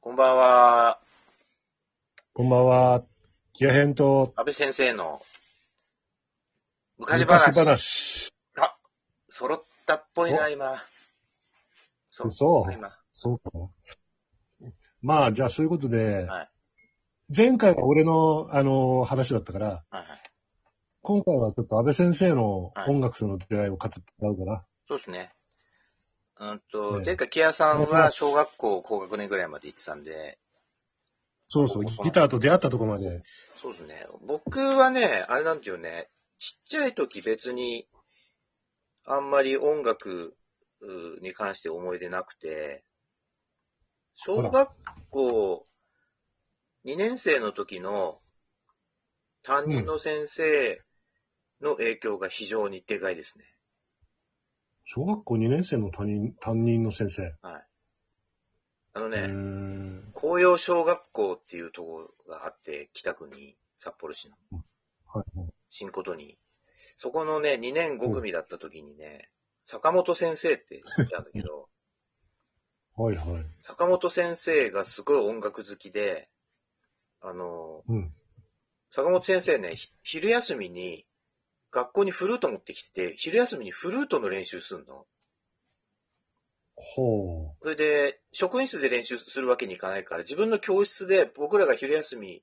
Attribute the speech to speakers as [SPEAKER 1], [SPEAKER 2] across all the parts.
[SPEAKER 1] こんばんは。
[SPEAKER 2] こんばんは。キアヘンと
[SPEAKER 1] 安倍先生の昔
[SPEAKER 2] 昔
[SPEAKER 1] 話。
[SPEAKER 2] 話。
[SPEAKER 1] 揃ったっぽいな、今。そ
[SPEAKER 2] 嘘
[SPEAKER 1] 今。
[SPEAKER 2] そうか。まあ、じゃあそういうことで、
[SPEAKER 1] はい
[SPEAKER 2] 前回は俺の、あの、話だったから、
[SPEAKER 1] はいはい。
[SPEAKER 2] 今回はちょっと安倍先生の
[SPEAKER 1] はい
[SPEAKER 2] 音楽との出会いを語ってもらうかな。
[SPEAKER 1] そうですね。うんと、
[SPEAKER 2] ね
[SPEAKER 1] 前回、キアさんは小学校高学年ぐらいまで行ってたんで、
[SPEAKER 2] そうそう、
[SPEAKER 1] そうか
[SPEAKER 2] ギターと出会ったとこまで。
[SPEAKER 1] そうですね。僕はね、あれなんていうね、ちっちゃい時別に、あんまり音楽うに関して思い出なくて、小学校2年生の時の担任の先生の影響が非常にでかいですね。
[SPEAKER 2] 小学校2年生の担任担任の先生。
[SPEAKER 1] あの
[SPEAKER 2] うー
[SPEAKER 1] ね、
[SPEAKER 2] ん
[SPEAKER 1] 紅葉小学校っていうところがあって、北区に、札幌市の。
[SPEAKER 2] はいはい
[SPEAKER 1] 新ことに。そこのね、2年5組だった時にね、坂本先生って言っちゃうんだけど、
[SPEAKER 2] はいはい。
[SPEAKER 1] 坂本先生がすごい音楽好きで、あの、
[SPEAKER 2] うん。
[SPEAKER 1] 坂本先生ね、ひ昼休みに、学校にフルート持ってきて、昼休みにフルートの練習すんの。
[SPEAKER 2] ほ
[SPEAKER 1] それで、職員室で練習するわけにいかないから、自分の教室で、僕らが昼休み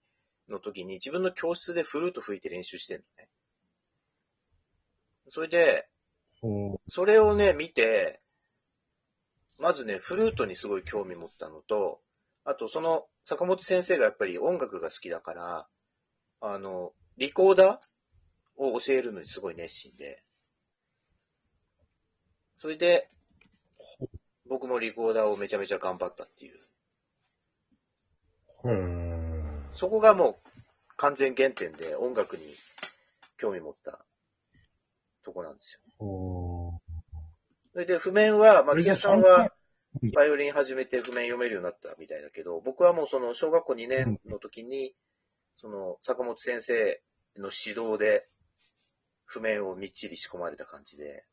[SPEAKER 1] の時に自分の教室でフルート吹いて練習してんのね。それで、
[SPEAKER 2] う。ほ
[SPEAKER 1] それをね、見て、まずね、フルートにすごい興味持ったのと、あとその坂本先生がやっぱり音楽が好きだから、あの、リコーダーを教えるのにすごい熱心で。それで、僕もリコーダーをめちゃめちゃ頑張ったっていう。
[SPEAKER 2] うへー
[SPEAKER 1] そこがもう完全原点で音楽に興味持ったとこなんですよ。
[SPEAKER 2] ほう。
[SPEAKER 1] それで譜面は、まあ、
[SPEAKER 2] そ
[SPEAKER 1] 木
[SPEAKER 2] れじゃ
[SPEAKER 1] 屋さん
[SPEAKER 2] 三
[SPEAKER 1] は
[SPEAKER 2] 回、うん
[SPEAKER 1] バイオリン始めて譜面読めるようになったみたいだけど、僕はもうその小学校2年の時に、その坂本先生の指導で譜面をみっちり仕込まれた感じで、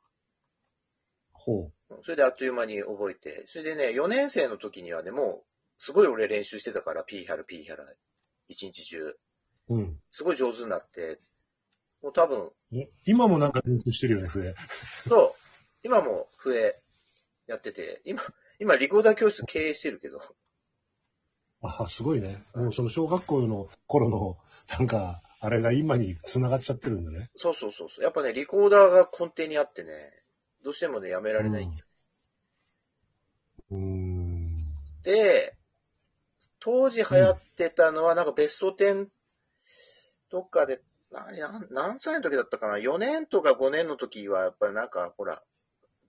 [SPEAKER 2] ほ
[SPEAKER 1] それであっという間に覚えて、それでね、4年生の時にはね、もうすごい俺練習してたから、ピーハラピーハラ、一日中、
[SPEAKER 2] う。うん。
[SPEAKER 1] すごい上手になって、もう多分、
[SPEAKER 2] え今もなんか練習してるよね、笛。
[SPEAKER 1] そう、今も笛やってて、今、今リコーダー教室経営してるけど、
[SPEAKER 2] ああ、すごいね。もうその小学校の頃の、なんか、あれが今に繋がっちゃってるんだね。
[SPEAKER 1] そうそうそうそう。やっぱね、リコーダーが根底にあってね、どうしてもね、やめられないんだよ。
[SPEAKER 2] うーん。
[SPEAKER 1] で、当時流行ってたのは、なんかベスト10とかで、何何何歳の時だったかな ?4 年とか5年の時は、やっぱりなんか、ほら、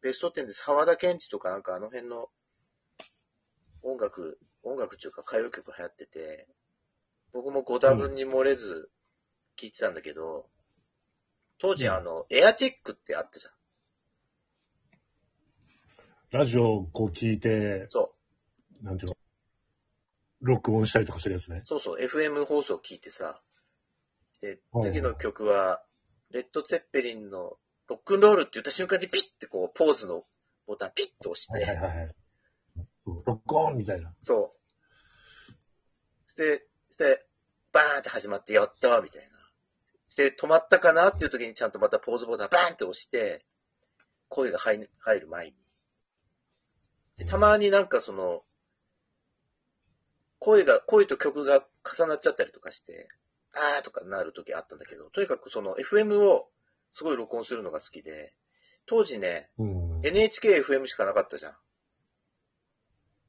[SPEAKER 1] ベスト10で沢田研二とかなんかあの辺の音楽、音楽っていうか歌謡曲流行ってて、僕もご多分に漏れず聴いてたんだけど、当時あの、エアチェックってあったじゃん。
[SPEAKER 2] ラジオをこう聞いて、
[SPEAKER 1] そう。
[SPEAKER 2] なんていうの、録音したりとかするやつね。
[SPEAKER 1] そうそう、FM 放送聞いてさ、で
[SPEAKER 2] は、い
[SPEAKER 1] 次の曲は、レッド・ツェッペリンのロックンロールって言った瞬間にピッてこう、ポーズのボタンピッと押し
[SPEAKER 2] はいはい
[SPEAKER 1] て、
[SPEAKER 2] はいはい。録音みたいな。
[SPEAKER 1] そう。して、して、バーンって始まって、やったーみたいな。して、止まったかなっていう時にちゃんとまたポーズボタンバーンって押して、声が入入る前に。でたまになんかその、声が、声と曲が重なっちゃったりとかして、あーとかなる時あったんだけど、とにかくその FM をすごい録音するのが好きで、当時ね、
[SPEAKER 2] うん。
[SPEAKER 1] NHKFM しかなかったじゃん。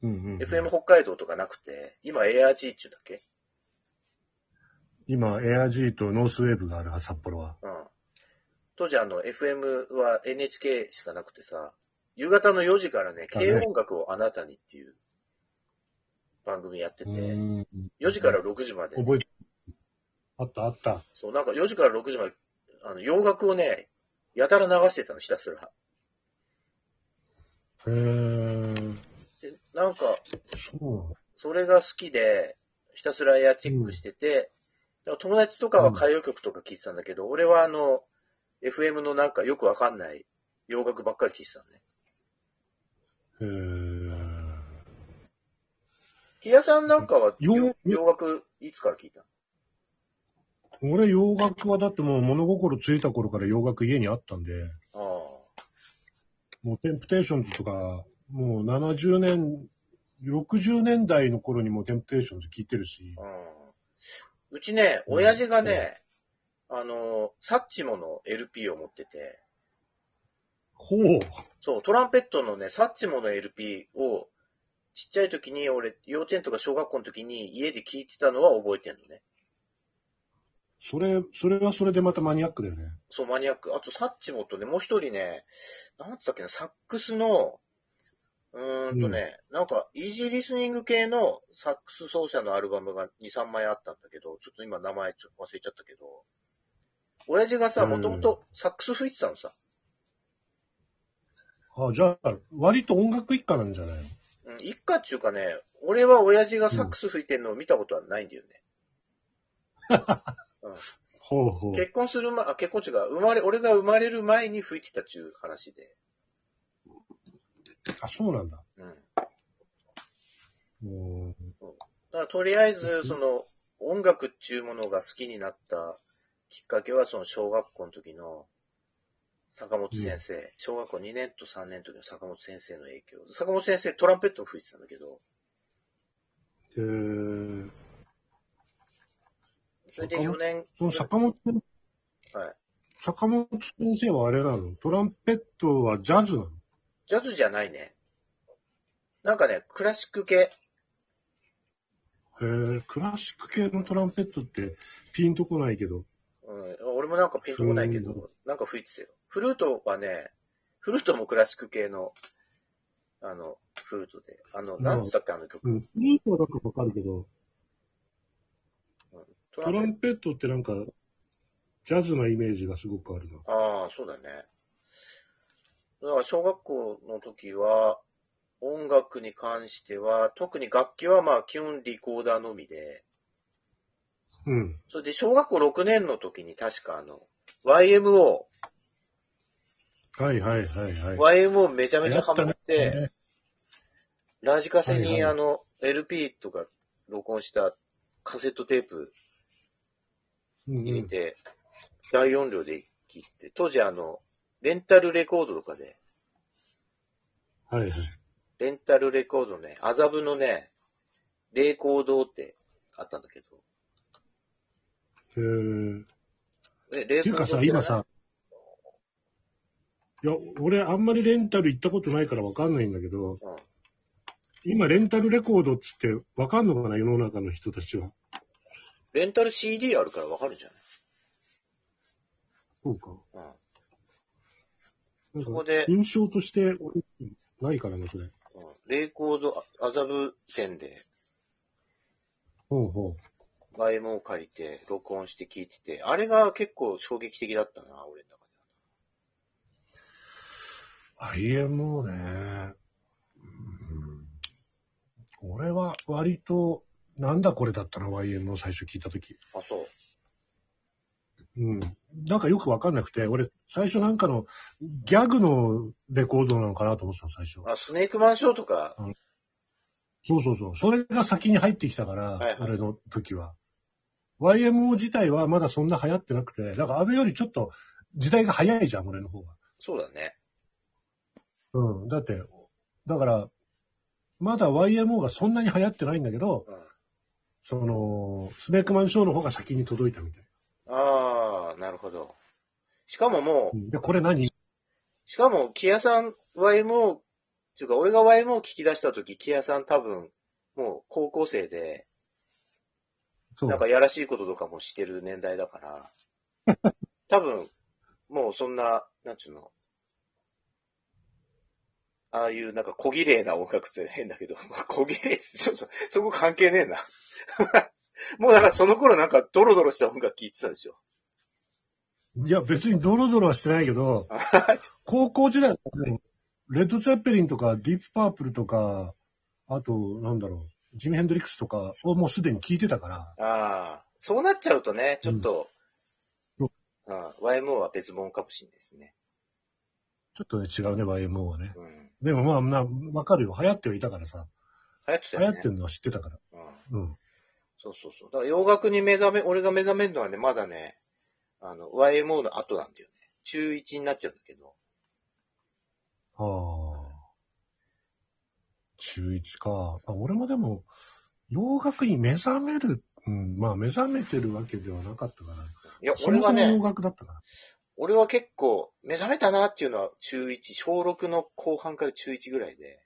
[SPEAKER 2] うんうんうん
[SPEAKER 1] FM 北海道とかなくて、今 ARG っちゅうんだっけ
[SPEAKER 2] 今、エアジーとノースウェーブがあるは、札幌は。
[SPEAKER 1] うん。当時あの FM は NHK しかなくてさ、夕方の4時からね、
[SPEAKER 2] だね
[SPEAKER 1] 軽音楽をあなたにっていう番組やってて、
[SPEAKER 2] うーん
[SPEAKER 1] 4時から6時まで、
[SPEAKER 2] 覚えてあったあった。
[SPEAKER 1] そう、なんか4時から6時まで、あの、洋楽をね、やたら流してたの、ひたすら。
[SPEAKER 2] へー。
[SPEAKER 1] でなんか、
[SPEAKER 2] そうなの
[SPEAKER 1] それが好きで、ひたすらエアチェックしてて、だから友達とかは歌謡曲とか聴いてたんだけど、俺はあの、FM のなんかよくわかんない洋楽ばっかり聴いてたのね。
[SPEAKER 2] へー。
[SPEAKER 1] 木屋さんなんかは
[SPEAKER 2] よ
[SPEAKER 1] 洋洋楽いつから聞いたの
[SPEAKER 2] 俺洋楽はだってもう物心ついた頃から洋楽家にあったんで、
[SPEAKER 1] あ
[SPEAKER 2] もうテンプテーションズとか、もう70年、60年代の頃にもうテンプテーションズ聞いてるし、
[SPEAKER 1] あ、うん。うちね、
[SPEAKER 2] うん
[SPEAKER 1] 親父がね、あの、サッチモの LP を持ってて、
[SPEAKER 2] ほう、
[SPEAKER 1] そう、トランペットのね、サッチモの LP を、ちっちゃい時に俺、幼稚園とか小学校の時に家で聞いてたのは覚えてんのね。
[SPEAKER 2] それ、それはそれでまたマニアックだよね。
[SPEAKER 1] そう、マニアック。あと、サッチモとね、もう一人ね、なんつったっけな、サックスの、うーんとね、なんか、イージーリスニング系のサックス奏者のアルバムが2、3枚あったんだけど、ちょっと今名前ちょっと忘れちゃったけど、親父がさ、
[SPEAKER 2] うん
[SPEAKER 1] もともとサックス吹いてたのさ。
[SPEAKER 2] あじゃあ、割と音楽一家なんじゃないの
[SPEAKER 1] うん、一家っていうかね、俺は親父がサックス吹いてるのを見たことはないんだよね。
[SPEAKER 2] ほうほう。
[SPEAKER 1] 結婚する前、あ、結婚っていうか、生まれ、俺が生まれる前に吹いてたっていう話で。
[SPEAKER 2] あ、そうなんだ。
[SPEAKER 1] うん。
[SPEAKER 2] うん
[SPEAKER 1] だからとりあえず
[SPEAKER 2] う、ん
[SPEAKER 1] その、音楽っていうものが好きになったきっかけは、その小学校の時の坂本先生、小学校2年と3年の時の坂本先生の影響。坂本先生トランペットを吹いてたんだけど、
[SPEAKER 2] えー、
[SPEAKER 1] それで
[SPEAKER 2] 坂
[SPEAKER 1] 4
[SPEAKER 2] 本
[SPEAKER 1] 年、
[SPEAKER 2] その坂本先生、
[SPEAKER 1] はい
[SPEAKER 2] 坂本先生はあれなのトランペットはジャズなの
[SPEAKER 1] ジャズじゃないね。なんかね、クラシック系。
[SPEAKER 2] へークラシック系のトランペットってピンとこないけど。
[SPEAKER 1] うん、俺もなんかピンとこないけ
[SPEAKER 2] うん
[SPEAKER 1] ど、なんか吹いてたよ。フルートはね、フルートもクラシック系の、あの、フルートで。あの、なんつったっけ、あの曲。
[SPEAKER 2] うん。フルートはなんかわかるけど、
[SPEAKER 1] ト
[SPEAKER 2] ト
[SPEAKER 1] ラン
[SPEAKER 2] ラ
[SPEAKER 1] ペッ
[SPEAKER 2] ンペットってなんか、ジャズなイメージがすごくあるな。
[SPEAKER 1] ト。ああ、そうだね。だから小学校の時は、音楽に関しては、特に楽器はまあ基本リコーダーのみで、
[SPEAKER 2] うん。
[SPEAKER 1] それで小学校6年の時に確かあの、YMO、
[SPEAKER 2] はいはいはいはい。
[SPEAKER 1] YMO めちゃめちゃハマって、
[SPEAKER 2] ね
[SPEAKER 1] ラジカセ
[SPEAKER 2] はい
[SPEAKER 1] に、
[SPEAKER 2] はい
[SPEAKER 1] あの、LP とか録音したカセットテープ
[SPEAKER 2] うん
[SPEAKER 1] 入れて、大音量で聴いて、当時あの、レンタルレコードとかで、
[SPEAKER 2] はいはい。
[SPEAKER 1] レンタルレコードね、麻布のね、レコードってあったんだけど、
[SPEAKER 2] えー、
[SPEAKER 1] え、レ
[SPEAKER 2] って
[SPEAKER 1] コ
[SPEAKER 2] いう
[SPEAKER 1] ード
[SPEAKER 2] か
[SPEAKER 1] 知ら
[SPEAKER 2] さ、
[SPEAKER 1] ない
[SPEAKER 2] 今、さ、いや、俺あんまりレンタル行ったことないからわかんないんだけ
[SPEAKER 1] う
[SPEAKER 2] ど、
[SPEAKER 1] ん、
[SPEAKER 2] 今レンタルレコードっつってわかんのかな世の中の人たちは。
[SPEAKER 1] レンタル CD あるからわかるじゃ
[SPEAKER 2] そうか。
[SPEAKER 1] ない、うん
[SPEAKER 2] なん
[SPEAKER 1] そ
[SPEAKER 2] か
[SPEAKER 1] こで
[SPEAKER 2] 印象として、俺ないからな、それ。
[SPEAKER 1] うん、レコード麻布店で
[SPEAKER 2] ほうほう。
[SPEAKER 1] YMO を借りて録音して聴いてて、あれが結構衝撃的だったな、俺の中で。
[SPEAKER 2] IMO ね。うん、俺は割と、なんだこれだったな、YMO 最初聞いたとき。
[SPEAKER 1] あ、そう。
[SPEAKER 2] うん。なんかよくわかんなくて、俺、最初なんかの、ギャグのレコードなのかなと思ってたの、最初。
[SPEAKER 1] あ、スネークマンショーとか、
[SPEAKER 2] そうそうそう。それが先に入ってきたから、
[SPEAKER 1] はいはい
[SPEAKER 2] 俺の時は。YMO 自体はまだそんな流行ってなくて、だからあれよりちょっと時代が早いじゃん、俺の方が。
[SPEAKER 1] そうだね。
[SPEAKER 2] うん。だって、だから、まだ YMO がそんなに流行ってないんだけど、
[SPEAKER 1] うん。
[SPEAKER 2] その、スネークマンショーの方が先に届いたみたい。
[SPEAKER 1] ああ、なるほど。しかももう、
[SPEAKER 2] うんで、これ何
[SPEAKER 1] しかも、キヤさん YMO、っていうか、俺が YMO を聞き出したとき、キヤさん多分、もう高校生で、
[SPEAKER 2] そう
[SPEAKER 1] なんかやらしいこととかもしてる年代だから、多分、もうそんな、なんちゅうの、ああいうなんか小綺麗な音楽って変だけど、 まあ小綺麗って、ちょっと、そこ関係ねえな。 もうだからその頃なんかドロドロした音楽聴いてたでしょ。
[SPEAKER 2] いや、別にドロドロはしてないけど、 高校時代、レッド・チャッペリンとか、ディープ・パープルとか、あと、なんだろう、ジミ・ヘンドリックスとかをもうすでに聞いてたから、
[SPEAKER 1] ああ、そうなっちゃうとね、ちょっと、
[SPEAKER 2] うんそ
[SPEAKER 1] ああ YMO は別物かもしれないですね。
[SPEAKER 2] ちょっとね、違うね、YMO はね。
[SPEAKER 1] うん。
[SPEAKER 2] でもまあ、なわかるよ。流行ってはいたからさ。
[SPEAKER 1] 流行ってた
[SPEAKER 2] 流
[SPEAKER 1] よ
[SPEAKER 2] 行っ
[SPEAKER 1] ね
[SPEAKER 2] て。るのは知ってたから。
[SPEAKER 1] うん
[SPEAKER 2] うん。
[SPEAKER 1] そうそうそう。だから洋楽に目覚め、俺が目覚めるのはね、まだね、あの、YMO の後なんだよね。中1になっちゃうんだけど。
[SPEAKER 2] ああ。中1か。あ俺もでも、洋楽に目覚める、うん、まあ目覚めてるわけではなかったから。
[SPEAKER 1] いや、
[SPEAKER 2] そ
[SPEAKER 1] 俺
[SPEAKER 2] も
[SPEAKER 1] は
[SPEAKER 2] そも洋
[SPEAKER 1] ね、
[SPEAKER 2] 楽だったから。
[SPEAKER 1] 俺は結構、目覚めたなっていうのは中1、小6の後半から中1ぐらいで。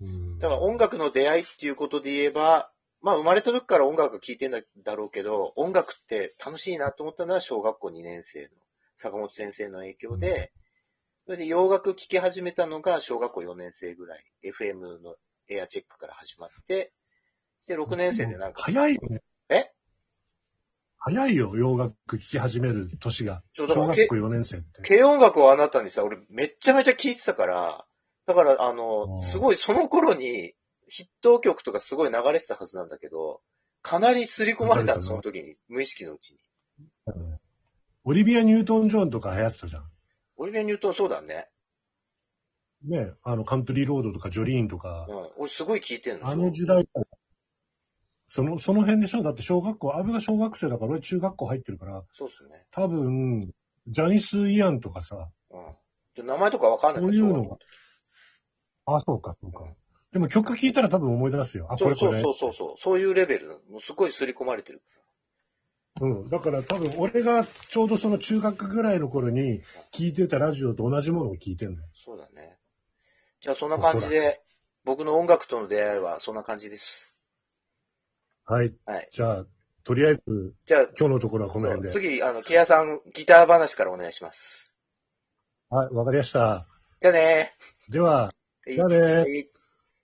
[SPEAKER 2] うん
[SPEAKER 1] だから音楽の出会いっていうことで言えば、まあ生まれた時から音楽聴いてんだろうけど、音楽って楽しいなと思ったのは小学校2年生の坂本先生の影響で、それで洋楽聴き始めたのが小学校4年生ぐらい、FM のエアチェックから始まって、で6年生でなんか、
[SPEAKER 2] 早いよね。
[SPEAKER 1] え
[SPEAKER 2] 早いよ、洋楽聴き始める年が。
[SPEAKER 1] ちょ
[SPEAKER 2] 小
[SPEAKER 1] うどだから
[SPEAKER 2] 学校4年生って。
[SPEAKER 1] 軽音楽をあなたにさ、俺めっちゃめちゃ聴いてたから、だからあ
[SPEAKER 2] う
[SPEAKER 1] の、
[SPEAKER 2] ん
[SPEAKER 1] すごいその頃に筆頭曲とかすごい流れてたはずなんだけど、かなり刷り込まれたの、その時に。無意識のうちに。
[SPEAKER 2] うんオリビア・ニュートン・ジョーンとか流行ってたじゃん。
[SPEAKER 1] オリビア・ニュートンそうだね。
[SPEAKER 2] ね、あの、カントリー・ロードとか、ジョリーンとか
[SPEAKER 1] う、ん。俺すごい聞いてんの。
[SPEAKER 2] あの時代からその、その辺でしょだって小学校、安倍が小学生だから、俺中学校入ってるから、
[SPEAKER 1] そうっすね。
[SPEAKER 2] 多分、ジャニス・イアンとかさ、
[SPEAKER 1] うんで。名前とかわかんない
[SPEAKER 2] こう
[SPEAKER 1] け
[SPEAKER 2] い
[SPEAKER 1] ど
[SPEAKER 2] うのが。あ、そうか、そうか。でも曲聴いたら多分思い出すよ。あ、こ
[SPEAKER 1] そう
[SPEAKER 2] れ
[SPEAKER 1] そ
[SPEAKER 2] こ
[SPEAKER 1] う
[SPEAKER 2] れ。
[SPEAKER 1] そうそうそう。そういうレベルなの。もうすごい刷り込まれてる。
[SPEAKER 2] うん。だから多分、俺がちょうどその中学ぐらいの頃に聞いてたラジオと同じものを聞いてんだよ。
[SPEAKER 1] そうだね。じゃあそんな感じ
[SPEAKER 2] そうだ
[SPEAKER 1] で、僕の音楽との出会いはそんな感じです。
[SPEAKER 2] はい。
[SPEAKER 1] はい。
[SPEAKER 2] じゃあ、とりあえず、
[SPEAKER 1] じゃあ、
[SPEAKER 2] 今日のところはこの辺
[SPEAKER 1] そう
[SPEAKER 2] で。
[SPEAKER 1] 次、あの、ケアさん、ギター話からお願いします。
[SPEAKER 2] はい、わかりました。
[SPEAKER 1] じゃあね
[SPEAKER 2] では、
[SPEAKER 1] ー。
[SPEAKER 2] じゃあねー
[SPEAKER 1] はい